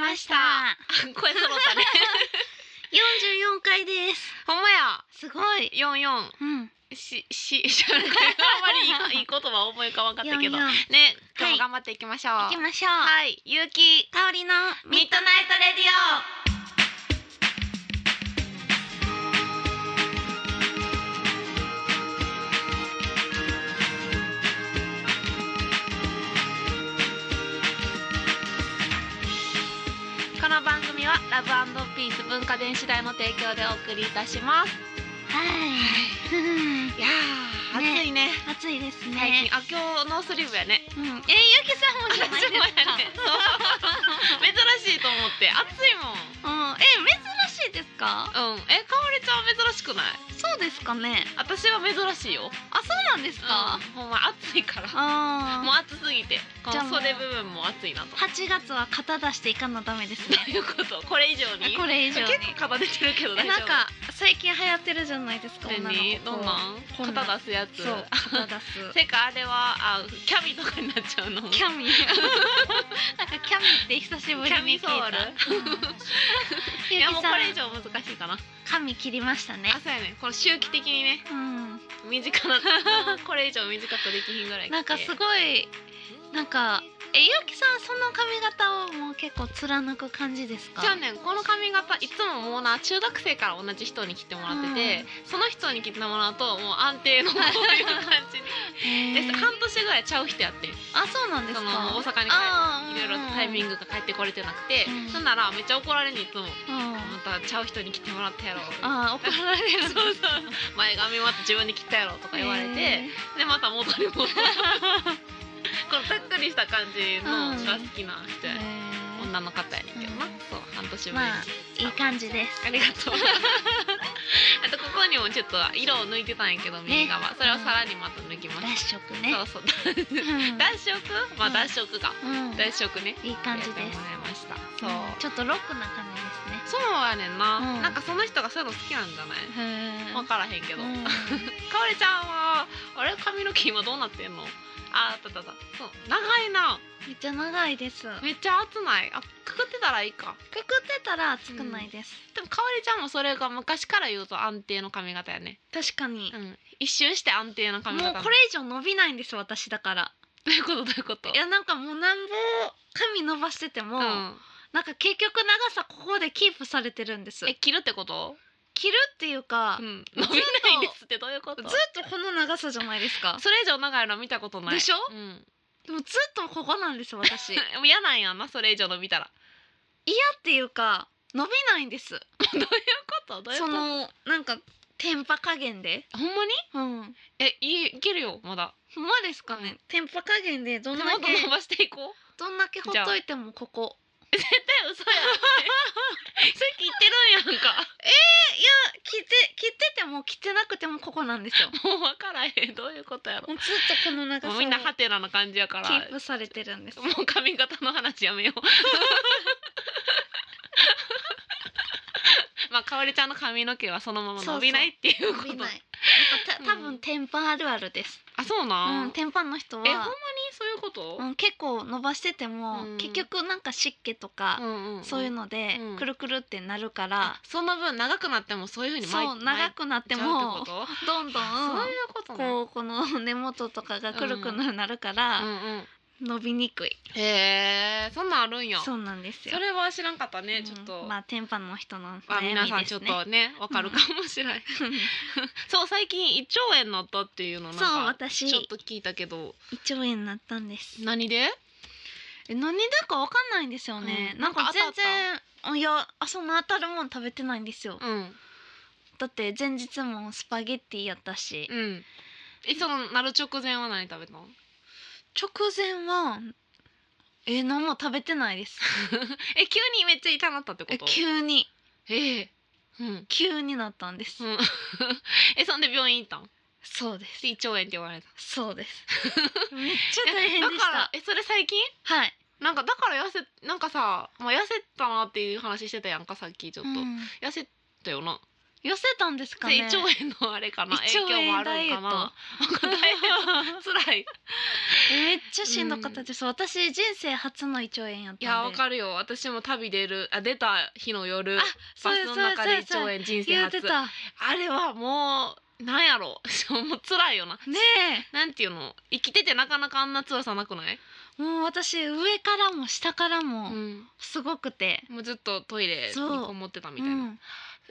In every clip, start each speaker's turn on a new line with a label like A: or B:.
A: ました。
B: 声揃ったね。
A: 44回です。
B: ほんまや。
A: すごい。
B: 四四
A: うん。
B: しし しあんまりいいこいい言葉思い浮かばんかったけど。
A: 44
B: ね、今
A: は
B: 日も
A: い
B: 頑張っていきましょう。
A: 行きましょう。
B: はい、ゆうき
A: 香りの
B: ミッドナイトレディオ。この番組はラブピース文化電子代の提供でお送りいたします。
A: はい。うん
B: いやー、
A: ね
B: 暑いね。
A: 暑いです
B: 最近
A: ね。
B: あ今日ノースリーブやね。
A: うん。え、ゆうきさんもじゃないですか。
B: 珍しいと思って暑いもん。
A: うん。え、珍しいですか。
B: うん、え、かおりちゃんは珍しくない。
A: そうですかね。
B: 私は珍しいよ。
A: あ、そうなんですか。
B: うん、ほんま暑いから。
A: あ
B: もう
A: あ。
B: 暑すぎて、こ
A: じゃあ
B: の
A: もう
B: 袖部分も暑いなと。
A: 8月は肩出していかなダメですね。
B: という こと、これ以上に。
A: これ以上に
B: 結。構肩出てるけど、
A: え
B: 大
A: なん
B: 丈夫。
A: か最近流行ってるじゃないですか。女の
B: 何、
A: 子
B: どんなん、
A: こんな
B: 肩出すやつ。
A: そう。肩出す。
B: てか、あれは、あ、キャミとかになっちゃうの。
A: キャ ミなんかキャミって久しぶりに聞いた
B: キャミソール
A: うん
B: い
A: ゆ
B: や、
A: うき
B: もう
A: さ
B: こ
A: ん
B: れ以上難しいかな。
A: 髪切りましたね
B: あ、そうやね、この周期的にね、
A: うん
B: 短な、 これ以上短くできひんぐらい来て。
A: なんかすごいなんかえゆうきさんその髪型をもう結構貫く感じですか
B: じゃあねんこの髪型いつももうな中学生から同じ人に切ってもらってて、その人に切ってもらうともう安定のこういう感じ
A: へ
B: で
A: ー
B: で半年ぐらいちゃう人やってん
A: あそうなんです
B: そ
A: か
B: の大阪に
A: あ
B: 帰っていろいろタイミン
A: グ
B: グが帰ってこれてなくて、
A: うん
B: なんならめっちゃ怒られんねんいつもま
A: あ
B: たちゃう人に切ってもらったやろ
A: あ怒られる
B: そうそう前髪また自分に切ったやろとか言われて
A: へ
B: でまた元に戻るこのざっくりした感じの
A: うん
B: が好きな人やね、
A: ー
B: 女の方やねんけどな、
A: うん
B: そう半年ぶりに。
A: まあいい感じです
B: ありがとう。あとここにもちょっと色を抜いてたんやけど右側、
A: ね
B: それをさらにまた抜きます。
A: 脱色ね
B: そうそう。
A: うん
B: 脱色？まあ
A: うん
B: 脱色か。
A: うん
B: 脱色ね。
A: いい感じです
B: やってもらいました。そう。
A: ちょっとロックな感じですね
B: そうやねんな、
A: うん
B: なんかその人がそういうの好きなんじゃない？
A: へ
B: わからへんけど。
A: うん
B: かおりちゃんはあれ髪の毛今どうなってんの？ああったあったあった。そう長いな。
A: めっちゃ長いですくくっ
B: めっちゃ熱ない。あくくってたらいいか。
A: てたら熱くないです、
B: でもかおりちゃんもそれが昔から言うと安定の髪型やね。
A: 確かに
B: う、ん。一周して安定の髪
A: も
B: 型
A: うこれ以上伸びないんです私だから
B: どういうことどういうこと
A: いやなんかもうなんぼ髪伸ばしてても、
B: うん
A: なんか結局長さここでキープされてるんです
B: え切るってこと、
A: 切るっていうか、
B: ん、伸びないですってどういうこと
A: ずっとこの長さじゃないですか
B: それ以上長いのは見たことない
A: でしょ
B: うん、
A: でもずっとここなんです 私嫌っ
B: でも 嫌なんやんなそれ以上伸びた ら
A: ていうか伸びないんです
B: どういうことどういうこ
A: そ
B: と
A: のなんか天パ加減で
B: ほんまに
A: うん
B: えいいいけるよまだ
A: ほんまですかね天パ加減でど
B: も
A: ん
B: っ
A: だ
B: と
A: け
B: 伸ばしていこう
A: どんだけほっといてもここ
B: 絶対嘘やんそれ切ってるんやんか
A: いや切って切ってても切ってなくてもここなんですよ
B: もう分からへんどういうこと やろ
A: もうずっとこの長
B: も
A: さ
B: う
A: をキ
B: みんなハテナな感じやから
A: ープされてるんですよ
B: もう髪型の話やめ よう。まあ、かおりちゃんの髪の毛はそのまま伸びないっていうこ
A: 伸
B: と。
A: びないなんか
B: う
A: た多
B: ん
A: 分テンパあるあるです
B: あ、そうな。
A: うんんテンパの人
B: え、ほんまに
A: は
B: そういうこと。
A: うん結構伸ばしてても
B: うん
A: 結局なんか湿気とか
B: んん
A: そういう。ので
B: うん
A: くるくるってなるか
B: あ
A: ら、
B: その分長くなっても、そういうふうに巻い。
A: そう長
B: く
A: くなって
B: ても。
A: も
B: ってこと
A: どんどん
B: そういうことね。
A: こうこの根元とかがくるくるなるから
B: んうん。
A: 伸びにくい
B: へえ、そんなんあるんや。
A: そうなんですよ
B: それは知らんかったね、
A: うん
B: ちょっと。
A: まあテンパの人の
B: まあ、
A: 悩
B: 皆
A: み
B: さん
A: で
B: ちょ
A: す
B: っ
A: ね
B: とね、わかるかもしれない。 そう、最近胃腸炎になったっていうの。なん
A: そ
B: か
A: う私
B: ちょっ
A: 胃
B: と聞いたけど。
A: 腸炎になったんです
B: 何で。
A: え何だかわかんないんですよね、
B: うん
A: なんか全
B: なんか
A: 然いやあその当たるもん食べてないんですよ、
B: うん。
A: だって前日もスパゲッティやったし、
B: うん。え、そのなる直前は何食べたの？
A: 直前はえ何も食べてないです
B: え、急にめっちゃ痛なったってこ
A: え
B: と？
A: 急に
B: ええうん。
A: 急になったんです、
B: うんえ、そんで病院行ったん？
A: そうです
B: で胃腸炎って言われた。
A: そうです めっちゃ大変でし
B: だから
A: た
B: え、それ最近？
A: はい
B: なんかだから痩せなんかさ、まあ痩せたなっていう話してたやんかさっきちょっと、
A: うん
B: 痩せたよな。
A: 寄せたんですかね
B: 胃腸炎のあれかな
A: 胃
B: 影
A: 腸
B: 響も
A: 炎
B: あ
A: ダ
B: る
A: イ
B: ん
A: エッ
B: か
A: ト
B: な辛い
A: めっちゃしんどかったです、私人生初の胃腸炎やったんで
B: い
A: い
B: やわかるよ私も旅出るあ出た日の夜
A: あ
B: バ
A: そう
B: ス
A: です
B: の中で胃腸
A: そうです
B: 炎人生
A: 言っ
B: 初
A: てたね
B: あれはもうなんやろ もう辛いよななんていうの生きててなかなかあんな辛さなくない、
A: えもう私上からも下からも
B: ん、
A: すごくて、
B: もうずっとトイレに
A: そう
B: こもってたみ
A: う
B: たいな、
A: ん、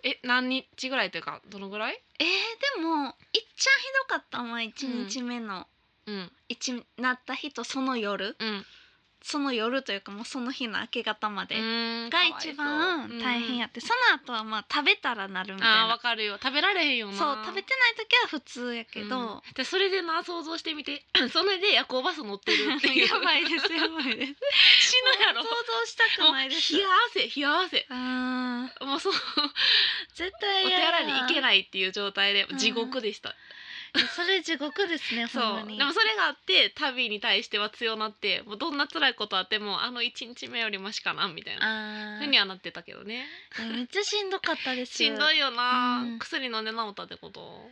B: え何日ぐらいというかどのぐらい
A: えー、でもいっちゃひどかったのは1日目の、
B: うん
A: 一なった日とその夜
B: うん
A: その夜というかもうその日の明け方まで、が一番大変や
B: っ
A: って、その後はまあ食べたらなるみたい
B: あーわ
A: な
B: かるよ食べられへんよな
A: そう食べてない時は普通やけ
B: う
A: ど
B: ん、でそれでな想像してみて それで夜行バス乗ってるっていう
A: やばいですやばいです
B: 死ぬやろ
A: 想像したくないです
B: もう冷や汗冷や汗
A: あ
B: もうそう
A: ー絶
B: お
A: 対
B: 手
A: 嫌
B: 洗いに行け
A: い
B: ないっていう状態で
A: うん
B: 地獄でした、
A: それ地獄ですね
B: そう
A: ほんま
B: で
A: に
B: もそれがあって旅に対しては強なってもうどんな辛いことあってもあの一日目よりマシかなみたいな
A: あ
B: ふう
A: ー
B: にはなってたけどね
A: めっちゃしんどかったです
B: しんどいよな、
A: うん
B: 薬飲んで治ったってこと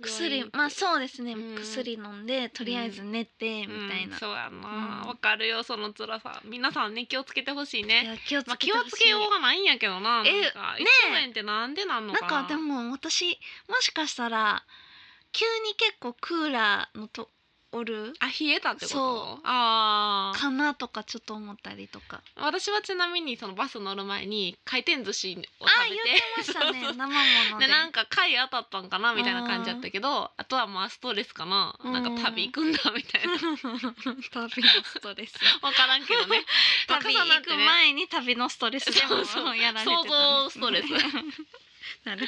B: 病
A: 薬
B: 院行って
A: まあそうですね、
B: うん
A: 薬飲んでとりあえず寝て、みたい
B: うん
A: な、
B: そうやなわ
A: う、ん
B: かるよその辛さ皆さんね気をつけてほしい
A: い
B: ね
A: や気をつ
B: まあ、
A: けて
B: 気を
A: ほしい、
B: つけようがないんやけどななんか
A: え
B: 一兆円ってなんでなんのか
A: なん
B: な
A: かでも私もしかしたら急に結構クーラーのとおる
B: あ冷えたってこと
A: そ
B: あー
A: かなとかちょっと思ったりとか
B: 私はちなみにそのバス乗る前に回転寿司を食べて
A: あ言ってましたね
B: そうそう
A: 生物で
B: でなんか貝当たったんかなみたいな感じだったけどあとはまあストレスかな
A: うん
B: なんか旅行くんだみ たいな
A: 旅のストレス
B: 分からんけどね
A: 旅行く前に旅のストレスで
B: そ
A: も
B: うそう
A: やられてたんですね
B: 想像ストレス
A: なる
B: い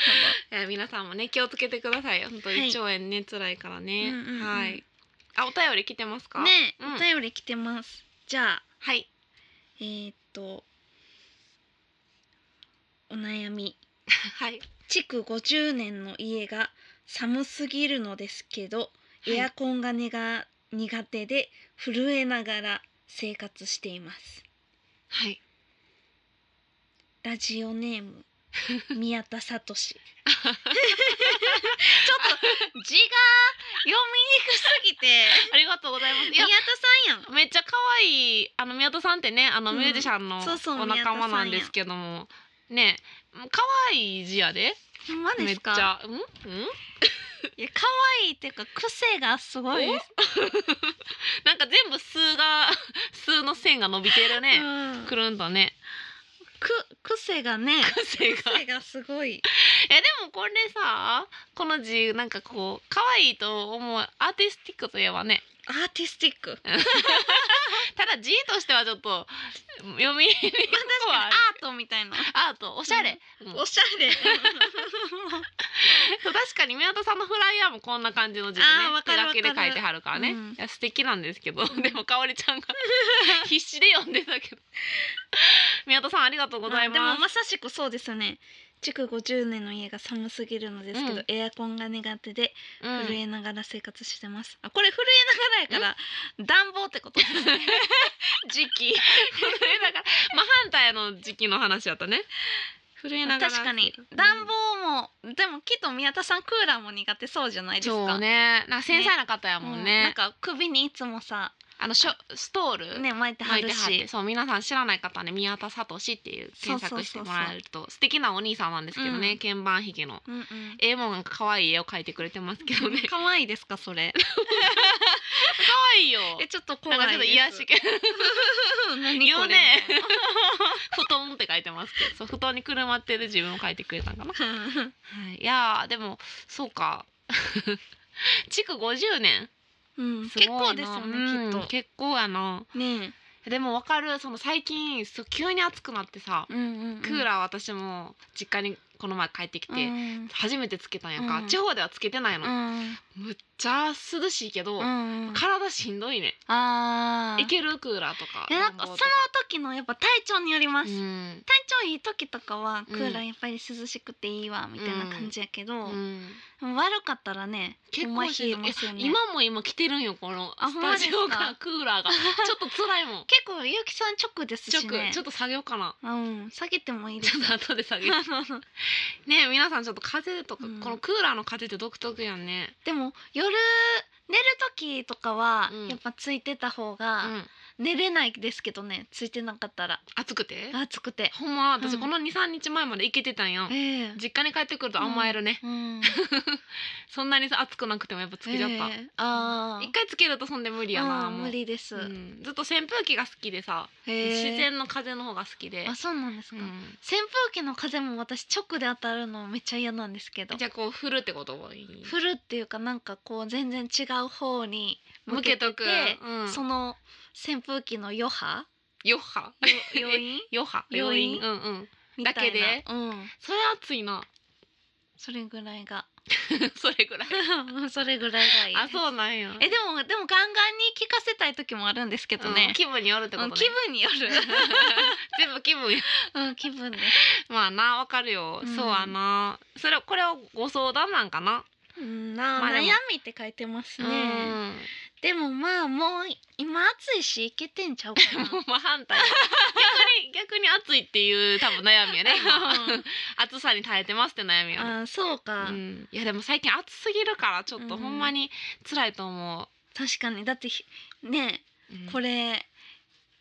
B: や皆さんもね気をつけてくださいよ本当
A: はい
B: 一兆円ね辛いからね、
A: うんうんうん
B: はいあお便り来てます
A: ほ
B: か
A: どねえ、
B: うん
A: お便り来てますじゃあ
B: はい
A: えー、っとお悩み
B: はい
A: 築50年の家が寒すぎるのですけど、エアコンがねが苦手で震えながら生活しています
B: はい
A: ラジオネー ム宮田聡 ちょっと字が読みにくすぎて
B: ありがとうございますい
A: 宮
B: や
A: 田さんやん
B: めっちゃ可愛いあの宮田さんってねあの
A: うん
B: ミュージシャンの
A: そうそう
B: お仲間なんですけども、ねもう可愛い字やで
A: ほんま
B: め
A: で
B: っ
A: す
B: ち
A: か
B: ゃうんうん
A: いや可愛いっていうか癖がすごいです
B: なんか全部数が 数の線が伸びてるね、
A: うん
B: くるんとね
A: く癖がね
B: 癖が
A: 癖がすごい
B: えでもこれさこの字なんかこう可愛いと思うアーティスティックといえばね
A: アーティスティック
B: ただ字としてはちょっと読みにく
A: まあ確かに
B: くはある
A: アートみたいな。
B: アートおしゃれ、うん
A: おしゃ れ。
B: そう確かに宮田さんのフライヤーもこんな感じの字でね
A: あーわ
B: 手
A: かる
B: 書きで書いてはるからね、
A: うん
B: いや素敵なんですけど、
A: ん
B: でもかおりちゃ んが必死で読んでたけど宮田さんありがとうござい
A: でも
B: ます。
A: まさしくそうですよね。築50年の家が寒すぎるのですけど、
B: うん
A: エアコンが苦手で
B: うん
A: 震えながら生活してます。あこれ震えながらやから暖房ってことですね。時期。
B: 震えながら真反対の時期の話やったね 震えながら
A: 確かに
B: うん
A: 暖房もでもきっと宮田さんクーラーも苦手そうじゃないです
B: そ
A: か。
B: うねなんか繊細な方やもんね
A: うんなんか首にいつもさ
B: あのしょストール、
A: ね巻いては
B: 巻い
A: る
B: てはっ。
A: して
B: そう皆さん知らない方はね宮田聡っていう検索してもらえると素敵なお兄さんなんですけどね、
A: うん
B: 鍵盤弾きの
A: うんうん。
B: 絵もなんか可愛い絵を描いてくれてますけどね可
A: 可愛いですかそれ。
B: 愛いよ
A: えちょっと怖
B: ないん
A: で
B: か
A: す。
B: ちょっと癒し系
A: 何
B: 言
A: こ
B: う
A: れ
B: ね布団って書いてますけどそう布団にくるまってる自分を書いてくれたんかな、はい、いやーでもそうか 築50年
A: うん、
B: す
A: 結
B: ご
A: 構
B: いな
A: ですよね、
B: うん
A: きっ
B: 結構やな
A: とね
B: でもわかるその最近そう急に暑くなってさ、
A: え、うんうんうん、
B: クーラー私も実家にこの前帰ってきて、
A: うん
B: 初めてつけたんやんか、
A: うん
B: 地方ではつけてないの、
A: うん
B: むっちゃ涼しいけど、
A: うんうん、
B: 体しんどいね
A: あー
B: いけるクーラーとか
A: いやなんかそ
B: 暖
A: の
B: 房と
A: 時のやっぱ体調によります、
B: うん
A: 体調いい時とかは
B: うん
A: クーラーやっぱり涼しくていいわみたいな感じやけど、
B: うん
A: 悪かったらね
B: 結
A: ほんま
B: 構
A: 冷
B: し
A: え
B: んどい
A: ますよね
B: いや今も今来てるんよこの
A: あほ
B: ス
A: んま
B: タ
A: です
B: ジ
A: か
B: オがクーラーがちょっと辛いもん
A: 結構ゆうきさん直ですしね
B: 直ちょっと下げようかな
A: うん下げてもいいで
B: ち
A: す
B: ょっと後で下げるね皆さんちょっと風邪とか、
A: うん
B: このクーラーの風邪って独特やんね
A: でも夜寝る時とかは
B: うん
A: やっぱついてた方
B: う
A: が
B: ん
A: 寝れないですけどねついてなかったら
B: 暑くて
A: 暑くて
B: ほんま私
A: うん
B: この23日前まで行けてたんやん
A: ええ
B: 実家に帰ってくると甘えるね、
A: うん
B: そんなにさ暑くなくてもやっぱつけちゃった、
A: ええあー
B: 一回つけるとそんで無理やな
A: うん
B: もう
A: 無理です、
B: うんずっと扇風機が好きでさ、
A: へえ
B: 自然の風の方が好きで
A: あそうなんです
B: う
A: か、
B: ん
A: 扇風機の風も私直で当たるのめっちゃ嫌なんですけど
B: じゃあこう振るってこともいい
A: 振るっていうかなんかこう全然違う方に向
B: 向
A: け
B: け
A: て
B: とく、うん、
A: その扇風機の余 波
B: 余波
A: よ余韻
B: 余波
A: 余韻
B: うんうん
A: みたいな
B: だけで
A: うん
B: それ暑いな
A: それぐらいが
B: それぐらい
A: うんそれぐらいがいい
B: あそうなんや
A: えでもでもガンガンに聞かせたい時もあるんですけど
B: うん
A: ね,
B: 気分によるって
A: うん、
B: ことね
A: 気分 による
B: 全部気分よ
A: うん気分です、
B: まあなわかるよ、
A: うん
B: そうやなそれこれはご相談なんかな、
A: うん、な
B: まあで
A: 悩
B: も
A: みって書いてます
B: う
A: ね、
B: ん
A: でもまあもう今暑いしいけてんちゃうか な
B: もう真反対逆に逆に暑いっていう多分悩み やね今暑さに耐えてますって悩みやね
A: あーそうか、
B: うん、いやでも最近暑すぎるからちょっと
A: うん
B: ほんまに辛いと思
A: 確かにだってひね
B: う、うん
A: えこれ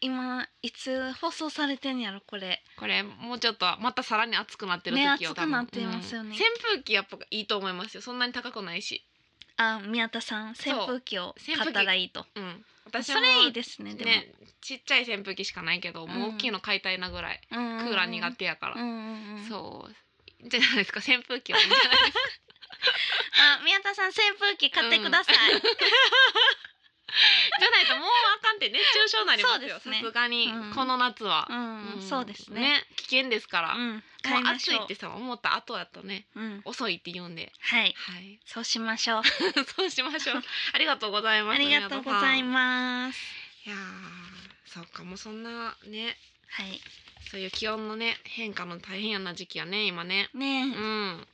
A: 今いつ放送されてんやろこれ
B: これもうちょっとまたさらに暑くなってる時
A: ね
B: よ、
A: 暑く
B: 多分
A: なってますよね
B: うん扇風機やっぱいいと思いますよそんなに高くないし
A: あ宮田さん扇
B: そう
A: 風機を
B: 扇
A: 買っ
B: 風機
A: たらいいと
B: うん
A: そ
B: 私も
A: れいいですねでも、
B: ねちっちゃい扇風機しかないけど、もう大きいの買いたいなぐらい
A: うんうん
B: ク
A: うん
B: ーラー苦手やから、
A: うんうんうん、
B: そういいんじゃないですか扇 風機はいいんじゃないですか
A: あ宮田さん扇風機買ってください、
B: じゃないともうあかんって熱中症になりますよ
A: そ
B: さ
A: うですね
B: すがに
A: うん
B: この夏は、
A: うん、
B: ん
A: そうですね
B: 危険ですから、
A: うん
B: も
A: 買いうまし
B: 暑い
A: ょう
B: ってさ思った後やとね
A: うん、
B: 遅いって言う んで
A: はい
B: はい
A: そうしましょう
B: そうしましょうありがとうございま
A: あ
B: す
A: りがとうござい
B: す
A: ます
B: いやーそうかもうそんなね
A: はい
B: そういう気温のね変化の大変やな時期やね今ねう
A: ね
B: ん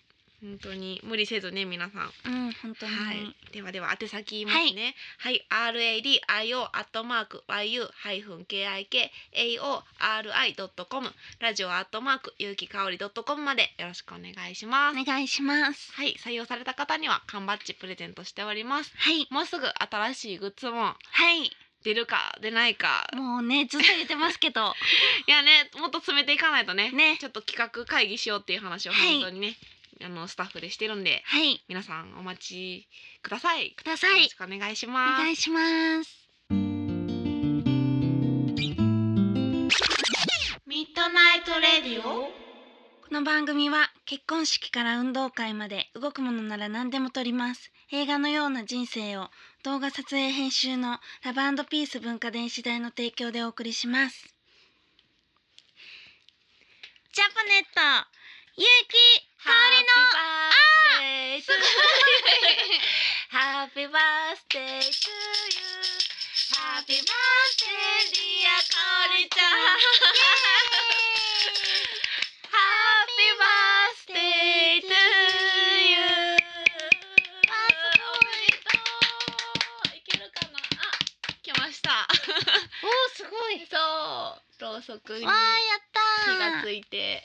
B: 本当に無理せずね皆さん
A: えうん本当に、
B: はい、ではでは宛先言いますね。はい、R A D I O アットマーク Y U ハイフン K I K A O R I ドットコムラジオアットマーク有機香りドットコムまでよろしくお願いします。
A: お願いします
B: はい、採用された方には缶バッジプレゼントしております。
A: はい
B: もうすぐ新しいグッズも
A: はい
B: 出るか出ないか、
A: もうねずっと言ってますけど
B: いやね、もっと詰めていかないとね、
A: ね
B: ちょっと企画会議しようっていう話を
A: はい
B: 本当にね、あのスタッフでしてるんで、
A: はい
B: 皆さんお待ちください。
A: くださ
B: よろ
A: い
B: しくお願いし
A: お
B: ます。
A: 願いします
B: ミッドナイトレディオ
A: この番組は結婚式から運動会まで動くものなら何でも撮ります映画のような人生を動画撮影編集のラブピース文化電子代の提供でお送りしますジャパネットゆうき
B: ハッピーバースデーハッピーバースデー to you ハッピーバースデーディアカオリちゃんハッピーバースデー to you おめでとういけるかなあ、来ました
A: おおすごい
B: そう、ろうそくに
A: わあ
B: 火
A: やったー
B: がついて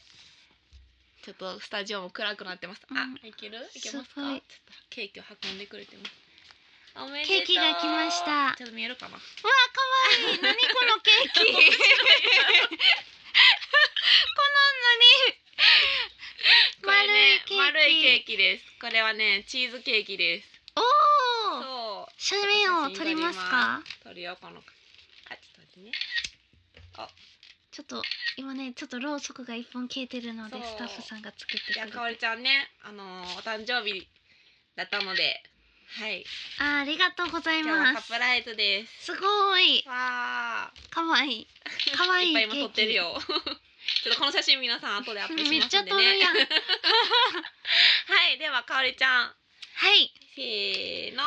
B: ちょっとスタジオも暗くなってます、
A: うん
B: あ、いけるいけます
A: す
B: かち
A: ご
B: ょ
A: い
B: っとケーキを運んでくれてますおめでとう
A: ケーキが来ました
B: ちょっと見えるかな
A: わあ、かわいい。なにこのケ ーキ。このなに。丸いケー
B: これね
A: キ。
B: 丸いケーキですこれはね、チーズケーキです
A: お
B: そう
A: お。写真を撮りますか。
B: 取るよ、このあ、ちょっと待ってね
A: ちょっと、今ね、ちょっとろうそくが一本消えてるので
B: そう、
A: スタッフさんがつけて
B: いや、
A: く
B: かお
A: れ
B: り
A: て。
B: ちゃんね、あのーお誕生日だったのではい、
A: あー、ありがとうござい
B: 今日は
A: ま
B: サ
A: す
B: プ。ライズで
A: す
B: す
A: ごい。
B: わー
A: かわ いい。かわい
B: い
A: いケ
B: っぱ
A: ー
B: い今
A: キ。
B: 撮ってるよ ちょっとこの写真皆さん後でアップしますんでね
A: めっちゃ撮るやん。
B: はい、ではかおりちゃん、
A: はい。
B: せーの。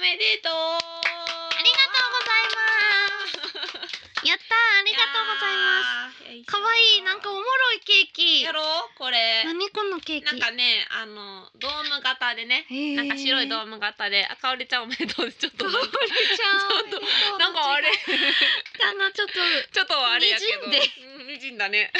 B: めでとう
A: ありがとうございますやったーありがとうございます
B: いやー
A: 可愛いなんかおもろいケーキ
B: やろうこれ
A: 何このケーキ
B: なんかねあのドーム型でね
A: へー
B: なんか白いドーム型で赤おりちゃんおめでとうで ちょっと
A: 倒
B: な
A: れ
B: んか
A: ちゃうおめで
B: ちょっと
A: とう
B: なんかあれ
A: 間違えたなちょっと
B: ちょっとあれやけ
A: に
B: ど
A: じんで
B: うんにじんだね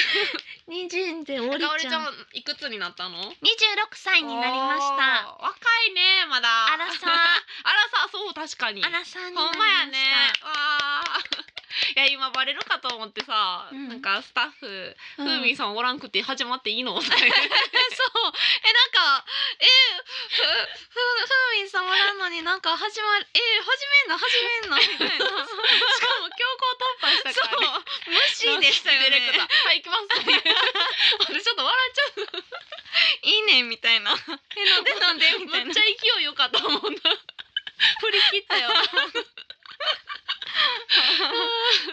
A: にじんでおり
B: 赤おり
A: ち
B: ち
A: ゃ
B: ゃ
A: ん
B: んいくつになったの
A: 二十六歳になりました
B: おー若いねまだ
A: あらさ
B: あらさそう確かに
A: あらさんにな
B: ほ
A: りま
B: ん
A: し
B: まやね
A: た
B: わー いや今バレるかと思ってさ、
A: うん
B: なんかスタッフ、
A: うん
B: ふうみんさんおらんくて始まっていいのそうえなんか
A: えふふふうみんさんおらんのになんか始まるえ始めんな始めんなみたいな
B: しかも強行突破したから、ね、
A: そう無視でしたよ
B: ディレクター
A: ね
B: はい行きますっていう私ちょっと笑っちゃう
A: いいねみたい なえなんでなんでみたい
B: めっ
A: な
B: ちゃ勢い良かったもんな振り切っ たよ
A: う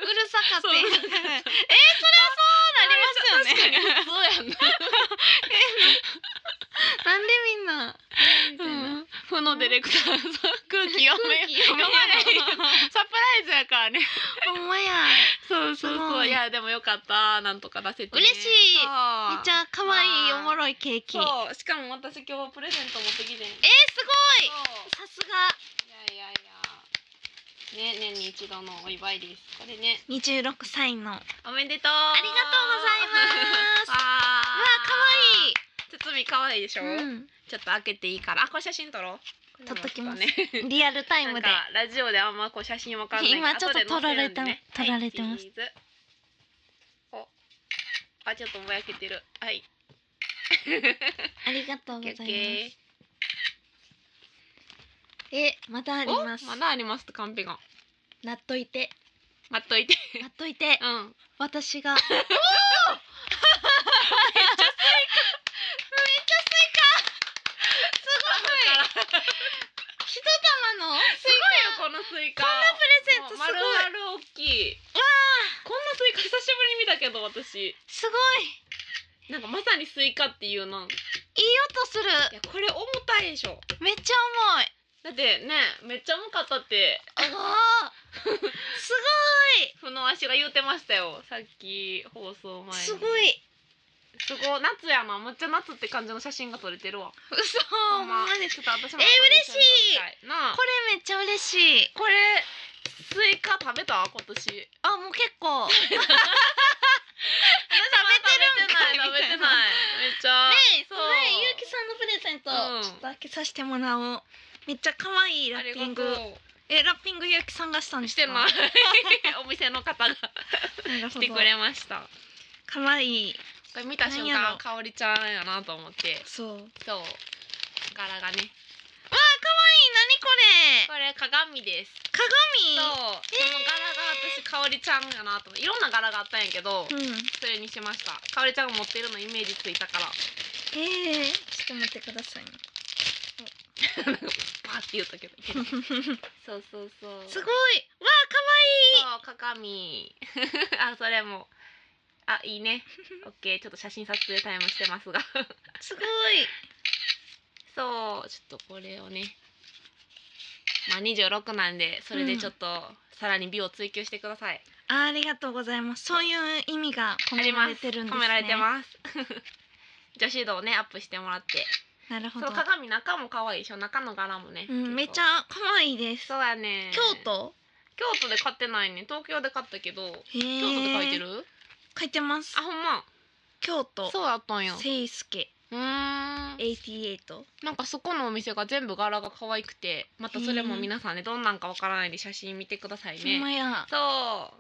A: るさかった
B: そう
A: えそれはそうなりますよね
B: そうやん な
A: なんでみんなみたいな
B: うん負のディレクターさん空気読め
A: 空気読めよ
B: 読まないサプライズやからね
A: ほんまや
B: そうそう
A: すご
B: そう
A: い
B: いやでもよかったなんとか出せて、ね、
A: 嬉しいめ
B: め
A: っちゃ可愛い
B: まあ
A: おもろいケーキえー、すご
B: そうしかも私今日プレゼント持ってきてん
A: い
B: そう
A: さすが
B: いやいやいやね年に一度のお祝いですこれね
A: 二十六歳のわ
B: おめでとう
A: ありがとうございます
B: わ
A: あ
B: あ
A: 可愛い
B: 包み可愛いでしょ、
A: うん、
B: ちょっと開けていいからあこれ写真撮ろう
A: 撮っときます
B: これもちょっとね
A: リアルタイ
B: な
A: ム
B: ん
A: で
B: かラジオであんまこう写真わかんない
A: 今ちょっと
B: 後で載せるんで
A: 撮られて
B: はい
A: ます
B: チーズおあちょっとぼやけてるはい
A: ありがとうございます
B: オッケ
A: えまだあ
B: ー
A: ります
B: おまだありますカンペが
A: なっとい て
B: 待っといて
A: なっといて
B: うん
A: 私がおーめっちゃスイカめっちゃスイカすごい一玉のスイカ
B: このスイカ
A: プレゼントすごい
B: 丸々大きいこんなスイカ久しぶりに見たけど私
A: すごい
B: なんかまさにスイカっていうなんい
A: いい音する
B: やこれ重たいでしょ
A: めっちゃ重い
B: だってねめっちゃ重かったって
A: ああす
B: ふの足が言うてましたよさっき放送前
A: ご
B: に
A: いすごい
B: すごい夏やなむっちゃ夏って感じの写真が撮れてるわ
A: 嘘
B: ほ
A: ほ
B: ん
A: ん
B: ま
A: まです
B: ちょっと私も
A: えー嬉しい
B: いなあ
A: これめっちゃ嬉しい
B: これスイカ食べた今年食べて
A: あもう結構食べてるんかい
B: 食べ
A: みたい
B: てないめっちゃ
A: ねえ
B: そ
A: そうれゆうきさんのプレゼント、
B: うん
A: ちょっと開けさせてもらおうめっちゃ可愛いラ
B: あ
A: ッ
B: り
A: ピン
B: が
A: グ
B: とう
A: えラッピングゆうきさんがしたんです
B: し
A: か
B: てないお店の
A: な
B: 方が
A: るほ
B: 来
A: ど
B: てくれました
A: 可愛い
B: これ見た瞬
A: なんや
B: 間
A: ろ
B: かおりちゃんやなと思って
A: そうわあ可愛い
B: そう柄がね
A: 何これ
B: これ鏡ですそう、
A: 鏡
B: この柄が私かおりちゃんやなと思っていろんな柄があったんやけど、
A: うん
B: それにしましたかおりちゃんが持ってるのイメージついたから
A: ええちょっと待ってくださいね
B: パーって言った けどそうそうそう
A: すごい
B: い
A: わあ可
B: そう鏡 あそれもあいいねオッケーちょっと写真撮影タイムしてますが
A: 愛いすごい
B: そうちょっとこれをねまあ26なんでそれでちょっと、さらに美を追求してください
A: あありがとうございますそういう意味が込められてるんです
B: 褒
A: ね
B: められてます 女子度をねアップしてもらって
A: すなるほ
B: そ
A: ど
B: う鏡中も可愛いでしょ中の柄もね、
A: うんめっち
B: 結
A: ゃ可愛いです
B: 構そうやね
A: 京都
B: 京都で買ってないね東京で買ったけど
A: へえ
B: 京都で買いてる、
A: 書いてます
B: あほんま
A: 京都
B: そうやったんやう
A: せいすけ
B: ーんな
A: 88
B: んかそこのお店が全部柄が可愛くてまたそれも皆さんねどんなんかわからないんで写真見てください
A: ほんま
B: ね
A: や
B: そ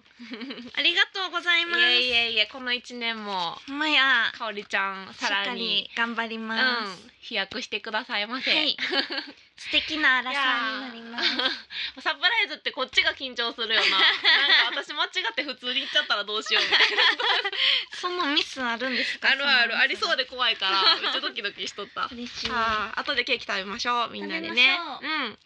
A: ありがとうございうます
B: いえいえいえこの一年も
A: ほんまや
B: かおりちゃん
A: しっ
B: さら
A: か
B: に
A: り頑張り
B: うん
A: ます、
B: 飛躍してくださいませ、
A: はい素敵なアラ
B: い
A: サ
B: や
A: ーになり
B: ー
A: ます
B: サプライズってこっちが緊張するよ ななんか私間違って普通に行っちゃったらどうしようみたいな
A: そのミスあるんですか
B: あるあるありそう
A: で
B: で怖いからめっちゃドキドキしとった
A: 嬉しい
B: ああ後でケーキ食べましょうみんなでね
A: 食
B: う
A: べま
B: ん
A: しょ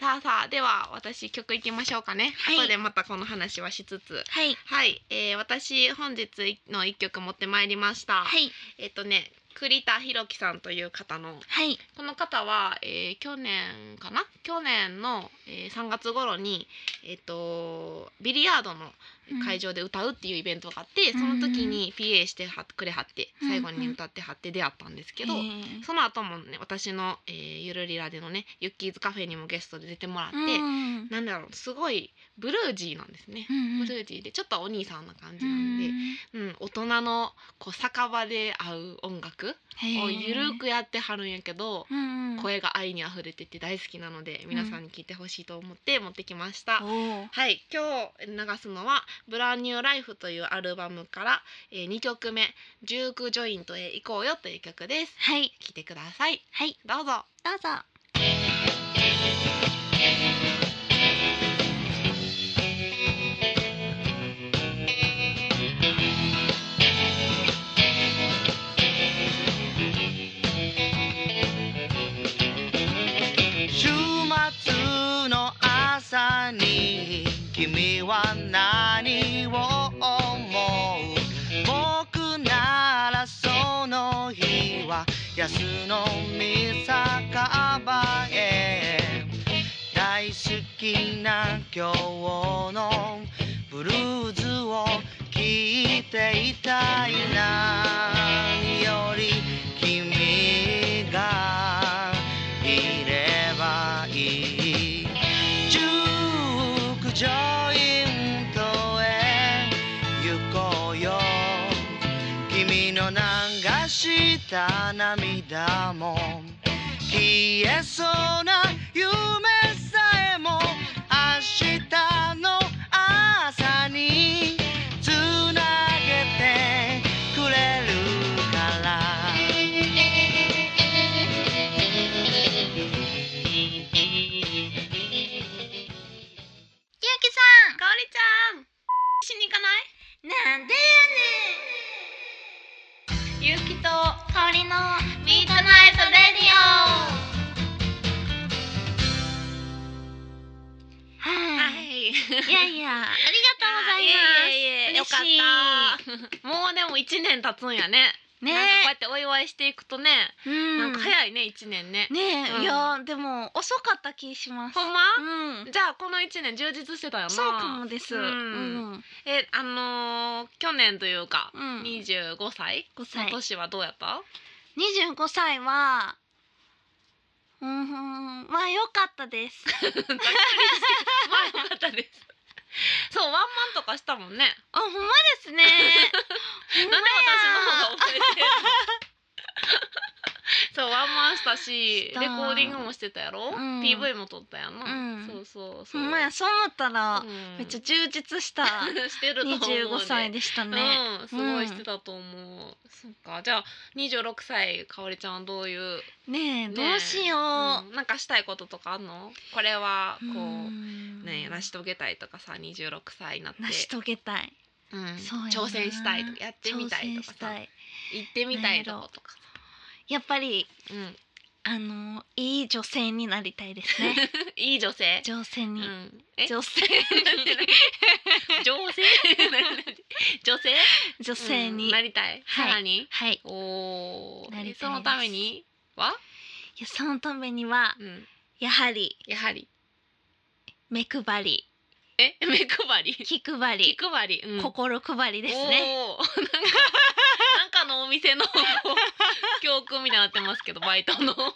B: さあさあでは私曲いきましょうかね、
A: はい
B: 後でまたこの話はしつつ
A: はい
B: はい、えー、私本日の一曲持ってまいりました、
A: はい
B: えっとね栗田博樹さんという方の
A: はい
B: この方は、えー去年かな去年の、えー3月頃に、えっとビリヤードの会場で歌うっていうイベントがあって、
A: うん
B: その時に PA してはくれはって
A: うん
B: 最後に歌ってはって出会ったんですけど、
A: へー
B: その後もね私の、えーゆるりらでのねユッキーズカフェにもゲストで出てもらって、
A: うん
B: なんだろうすごいブルージーなんですね。
A: うん
B: ブルージーでちょっとお兄さんな感
A: う
B: じなんで、
A: ん
B: うん、大人のこう酒場で合う音楽
A: へー
B: をゆるくやってはるんやけど、
A: うんうん
B: 声が愛にあふれてて大好きなので皆さんに聞いてほしいと思って持ってきました、
A: おー
B: はい今日流すのは「ブランニューライフ」というアルバムから、えー、2曲目「ジュークジョイントへ行こうよ」という曲です
A: はい
B: 聴いてください
A: はい
B: どうぞ
A: どうぞ
C: 週末の朝に君は何を思う僕ならその日は安のみ酒場へ大好きな今日のブルーズを聞いていたい何より君がいればいいジュークジョイントへ行こうよ君の流した涙も消えそうな夢さえも明日の朝につなげてくれるから
A: ゆうき
B: かおりちゃんしに行かない
A: さんなんでやねんゆうきと香りのミートナイトレディオはい、
B: はい
A: いやいやありがとうございます
B: いえいえいえよか
A: 嬉しい
B: ったもうでも1年経つんやね
A: ね
B: なんかこうやってお祝いしていくとね、
A: うん
B: なんか早いね1年ね
A: ねえ、
B: うん
A: いやでも遅かった気します
B: ほんま、
A: うん
B: じゃあこの1年充実してたよな
A: そうかもです
B: う
A: うんん
B: えあのー去年というか、
A: うん
B: 25歳
A: 5歳
B: の年はどうやった、
A: 25歳はうーんまあ良かったです
B: まあよかったですそうワンマンとかしたもんね
A: あほんまですね
B: なんで私の方が遅れてんの そうワンマンしたし
A: した
B: レコーディングもしてたやろ、
A: うん
B: PV も撮ったやんな、
A: うん
B: そうそうそ
A: ほ
B: うん
A: まや そう思ったら、
B: うん
A: め っちゃ充実した
B: してると思うね
A: 25歳でしたね、
B: うん、すごいしてたと思う、そっかじゃあ26歳かおりちゃんはどういう
A: ねえ
B: ね
A: どうしよう、
B: うんなんかしたいこととかあんのこれはこう、
A: うん
B: ね成し遂げたいとかさ26歳になって、
A: 成し遂げたい
B: うん
A: そうやな
B: 挑戦したいとかやってみたいと
A: 挑戦
B: か
A: し
B: さ
A: た
B: 行
A: い
B: ってみたいとことか
A: やっぱり
B: さ、うん、
A: あのいい女性になりたいです ね
B: いい女性、
A: 女性
B: う
A: に、
B: ん、え
A: 女性
B: 女性女性
A: 女性に、
B: うんなりたい、
A: はい
B: さらに
A: はいい
B: お
A: なりたい
B: ー
A: です
B: そのためには、
A: やそのためには
B: うん、
A: やはり
B: やはり
A: 目配り
B: え目 配り
A: 気配り
B: 気配り、うん
A: 心配りですね
B: おーなんか なんかのお店のこう教訓みたいになってますけどバイト の
A: ほ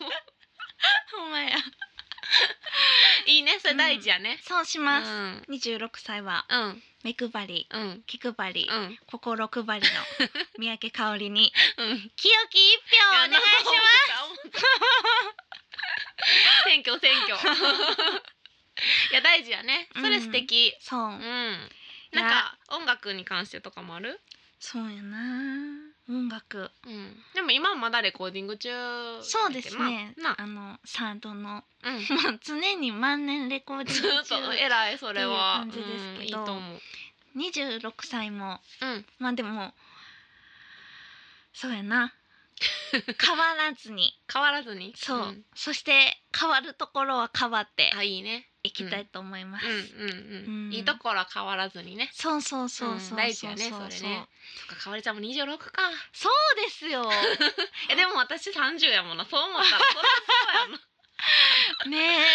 A: んまや
B: いいねそれ大事やね、
A: そうし
B: うん、
A: ます、26歳は
B: うん
A: 目配り
B: うんうん
A: 気配り、
B: うん
A: 心配り の三宅香織に
B: うん
A: 清き一票お願いします
B: ます選挙選 挙いや大事やねそれ素敵
A: そう、
B: うん、なんか音楽に関してとかもある、
A: そうやな音楽
B: うん、でも今まだレコーディング中
A: そうですね
B: な
A: あのサードの
B: な、うん、ず
A: まあ常に万年レコーディン
B: っ
A: グ中
B: と偉いそれは
A: っていう感じですけど
B: うん、いいと思う
A: 26歳も
B: うん
A: まあでもそうや な変わらずに
B: 変わらずに
A: そう、
B: ん
A: そして変わるところは変わって
B: あいいね
A: いきたいと思います。
B: うんうん
A: う
B: うんん、いいところは変わらずにね。
A: そうそうそうそうそう、
B: うん大事やね
A: そう
B: それねそっか、かわりちゃんも二 十六か。
A: そうです よ。
B: え、でも私三十やもんな。そう思ったら。そりゃそうやもんな。
A: ね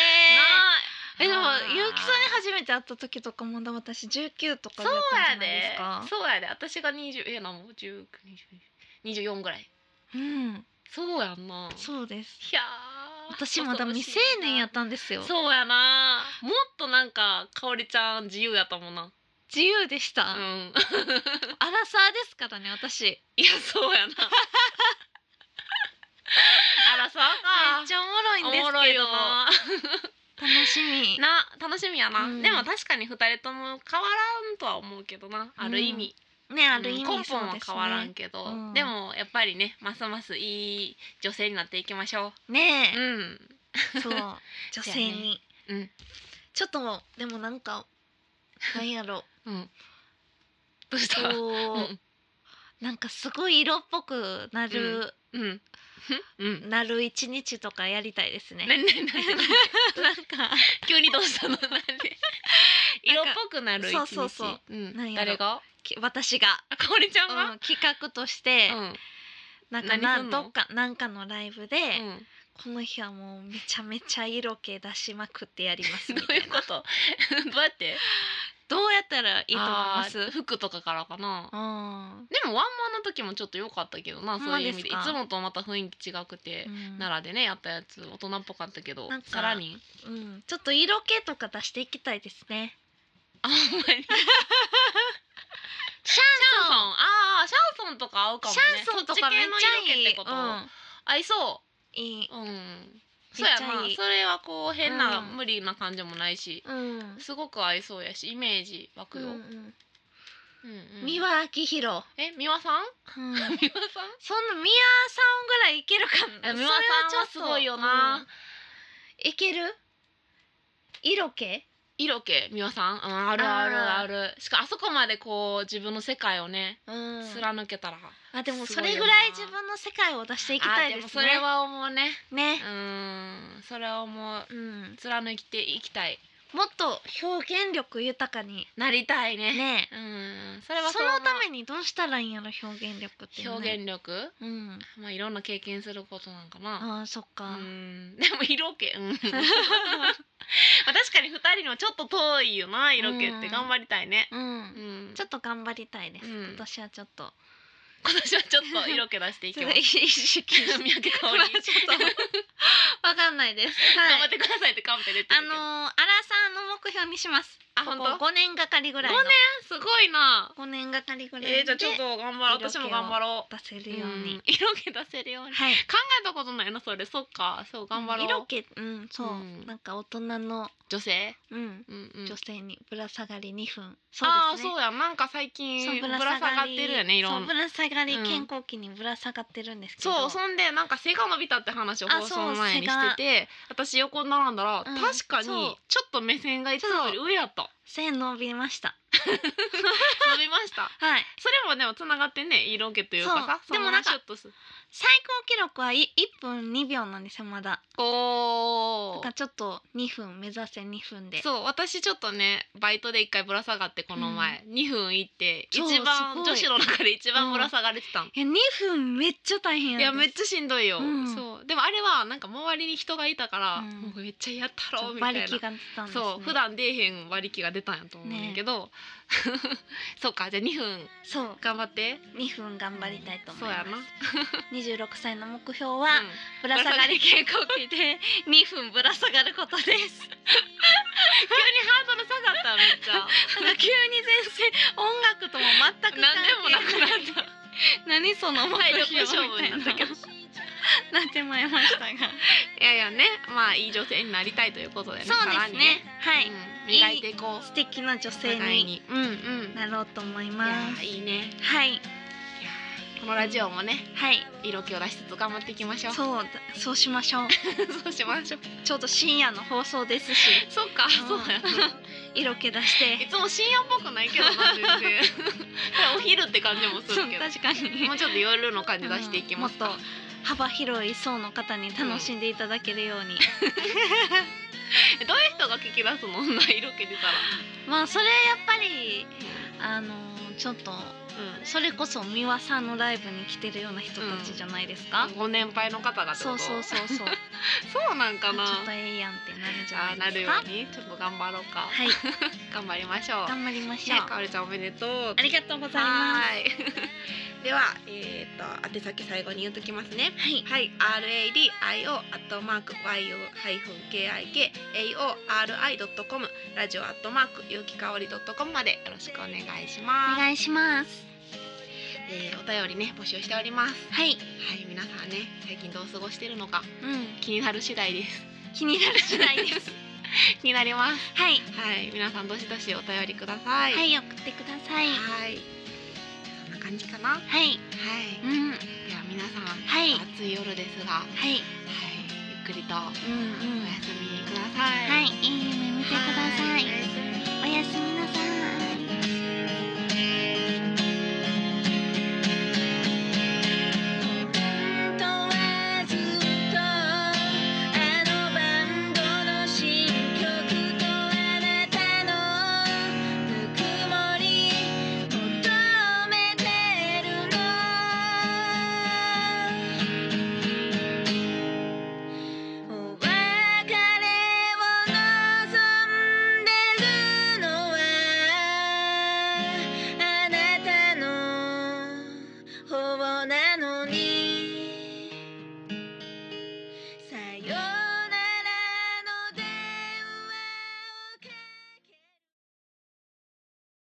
A: え。えでもゆうきさんに初めて会った時とかまだ私19とか
B: そ
A: だっ
B: う
A: た
B: や
A: んじゃないです
B: で
A: か。。
B: そうやで。私が二十、え、なもう十九、二十、二十四ぐらい。
A: うん、
B: そうやんな。
A: そうです。
B: いやー。
A: 私まだ未成年やったんですよ。
B: そうやなもっとなんかかおりちゃん自由やったもんな
A: 自由でした。
B: う
A: アラ
B: ん
A: サーですからね私。
B: いやそうやな あらそうか
A: めっちゃおもろいんです
B: おもろい
A: けど
B: よな
A: 楽しみ。
B: な楽しみやな、
A: うん
B: でも確かに二人とも変わらんとは思うけどなある意味、
A: ねある意味
B: うん根
A: そう
B: 本は
A: です
B: 変わらん
A: ね。
B: けどで,、
A: うん
B: もやっぱりねますますいい女性になっていきましょ
A: ね
B: ううん
A: え、 そう女性に、
B: うん
A: ちょっとでもなんかなんや ろ
B: うんどうした
A: こ
B: う
A: う、
B: ん
A: なんかすごい色っぽくなる、
B: うんうん
A: なる一日とかやりたいですね。
B: 何何何
A: なんか
B: 急にどうしたのなんで色っぽくなる一日
A: そうそうそう
B: うん
A: なんやろ
B: 誰が
A: き私が、
B: あかおりちゃんが、
A: うん、企画として、
B: うん
A: なんか
B: 何
A: な
B: すんの
A: どっかなんかのライブで、
B: うん
A: この日はもうめちゃめちゃ色気出しまくってやります み
B: どう
A: たい
B: いう
A: な。
B: ことどうやって
A: どうやったらいい
B: い
A: と思います。
B: す服とかからかな
A: うん
B: でもワンマンの時もちょっと良かったけどな
A: ほん
B: そ
A: ま
B: ういう
A: で
B: 意
A: すか
B: 味でいつもとまた雰囲気違くて、奈良でねやったやつ大人っぽかったけど
A: なんか
B: さらに
A: うん、ちょっと色気とか出していきたいですね。
B: あんまりシャンソンああシャンソンとか合うかも
A: シ
B: ね
A: ャンソンとかめっちゃい
B: そっち系の色気っ
A: い。
B: てこと、
A: うん
B: 合いそう
A: いい。
B: うん、そうやな
A: めっちゃいい
B: それはこう変な、
A: うん
B: 無理な感じもないし
A: うん。
B: すごく合いそうやしイメージ湧く
A: うん
B: よ、
A: う
B: うん
A: ん。
B: うん
A: 三輪明宏。
B: え美輪さ
A: うん。
B: ん
A: そんな
B: 美輪さ
A: 三輪さ
B: ん
A: んぐらいいけるかな。
B: え美輪さんはすごいよな
A: それはちょっと。うんいける？色気？
B: 色気美輪さん、うん、あるあるあるしかあそこまでこう自分の世界をね
A: うん
B: 貫けたら、
A: あでも
B: す
A: そ
B: ごいよな
A: れぐらい自分の世界を出していきた
B: あ
A: い
B: で
A: で
B: も
A: す
B: そ
A: ね。
B: れは思うね
A: ね
B: う。んそれは思う
A: うん。
B: 貫いていきたい
A: もっと表現力豊かに
B: なりたいね
A: ね。
B: うんそ
A: そ
B: れはう思う
A: のためにどうしたらいいんやろ表現力っていうのね。
B: 表現力、
A: うん。
B: まあいろんな経験することなんかな、
A: ああそっ
B: う
A: か。
B: ん でも色気、うん、まあ確かに二人のちょっと遠いよな色気っ
A: う
B: て
A: ん
B: 頑張りたいね、
A: う。
B: うんん、
A: ち
B: ち
A: ょ
B: ょ
A: っと頑張りたいです。
B: うん
A: 今年はちょっと。
B: 今年はちょっと色気出していき
A: ちょ
B: ま
A: っ
B: す
A: と意識して
B: 三宅かおり
A: まあちょっと わかんないです。
B: 頑張
A: は
B: っ
A: い。
B: てくださいってカンペ出てるけど
A: あのー、アラさんの目標にします。
B: あ本当
A: 五年がかりぐらいの。
B: 五年すごいな
A: 五年がかりぐらいで。
B: えー、じゃあちょっと頑張ろう
A: 色気
B: 私
A: を
B: も頑張ろう
A: 出せるように。
B: ん色気出せるように考
A: はい。
B: えたことないなそれそっかそう頑張ろう
A: 色気、うん、そう、
B: うん
A: なんか大人の、
B: 女性、
A: うん、
B: うんうん
A: 女性にぶら下がり二分。そ
B: ああ
A: うですね。
B: そうやなんか最
A: そう
B: 近ぶら下がってるよねいろん
A: そう
B: な
A: ぶら下がり
B: うん
A: 健康期にぶら下がってるんですけど、
B: そうそんでなんか背が伸びたって話を放送前にしてて私横に並んだら、
A: うん
B: 確か
A: そう
B: にちょっと目線がいつもより上やった
A: 線伸びました
B: 伸びました
A: はい
B: それもでもつながってね色気というかさ
A: そうでもなんか
B: ちょっとす
A: 最高記録はい1分2秒なんですよまだ
B: お
A: だ
B: ー
A: からちょっと2分目指せ2分で
B: そう私ちょっとねバイトで一回ぶら下がってこの前、二2分行って一
A: そうす
B: 番
A: ごい
B: 女子の中で一番ぶら下がれてたの、
A: いや2分めっちゃ大変
B: いや
A: やんで
B: め
A: す
B: っちゃしんどいよ、
A: うん
B: そうでもあれはなんか周りに人がいたから、
A: うん
B: もうめっちゃやったろみた
A: 馬
B: いな
A: 力が出たんですね
B: そう普段出えへん割り気が出たんやと思うんやけど、 そうかじゃあ2分
A: そう
B: 頑張って
A: 2分頑張りたいと思い
B: そう
A: ま
B: や
A: す
B: な、
A: 26歳の目標は、
B: うん
A: ぶら下がり健康期で2分ぶら下がることです
B: 急にハードル下がっためっちゃ
A: なんか急に全然音楽とも全く関係
B: 何でも なくなった
A: 何その目
B: 体力
A: 標み
B: 勝負
A: たい
B: にな
A: な
B: ったけど
A: なってまいりましたが
B: いやいやねまあいい女性になりたいということでね
A: そう
B: さ
A: で
B: ら
A: す
B: に
A: ねはい、
B: うん磨いていこう
A: 素敵な女性
B: お互い
A: に
B: にうんうん
A: なろうと思い
B: い
A: ま
B: や
A: す
B: いいね
A: はい
B: このラジオもね
A: はい
B: 色気を出しつつ頑張っていきましょうう
A: そうだそうしまし ょう
B: そうしましょう
A: ちょうど深夜の放送ですし
B: そっか
A: ん
B: そうやな
A: 色気出して
B: いつも深夜っぽくないけどな 全然お昼って感じもす
A: そう
B: るけど
A: 確かに
B: もうちょっと夜の感じ出していきますか、
A: うんもっと幅広い層の方に楽しんでいただけるように、
B: えどういう人が聞き出すの女色気出たら
A: まあそれやっぱりあのちょっと
B: う
A: それこそ美輪さんのライブに来てるような人たちじゃないですか、
B: んご年配の方がって
A: そ
B: こ
A: う
B: と
A: そうそうそう
B: そうなん
A: あ
B: か
A: ち
B: な
A: ょっとええやんってなるんじ
B: あ
A: ゃ
B: ー
A: な
B: ない
A: です
B: るよ
A: か
B: うにちょっと頑張ろうか、
A: はい
B: 頑張りましょう
A: 頑張りましょう
B: ね、かおりちゃんおめでとう
A: ありがとうございま
B: はーい ではえっ、と宛先最後に言っときますね
A: すはい
B: はい、R A D I O アットマーク Y O ハイフン K I K A O R I ドットコムラジオアットマーク有機香りドットコムまでよろしくお願いし
A: お
B: ます。
A: 願いします
B: えー、お便りね募集しております。
A: はい
B: はい、皆さんね最近どう過ごしてるのか
A: うん
B: 気になる次第です。
A: 気になる次第です
B: 気になります。
A: はい
B: はい、皆さんどしどしお便りください。、
A: はいい送ってください
B: はい、そんな感じかな。はい、
A: はいうんは
B: では皆さん、
A: い
B: 暑い夜ですが、は
A: い
B: い、ゆっくりとおや
A: うんうん
B: すみください。
A: はいいい夢見てください
B: はいお
A: おや
B: やすみ
A: すみなさい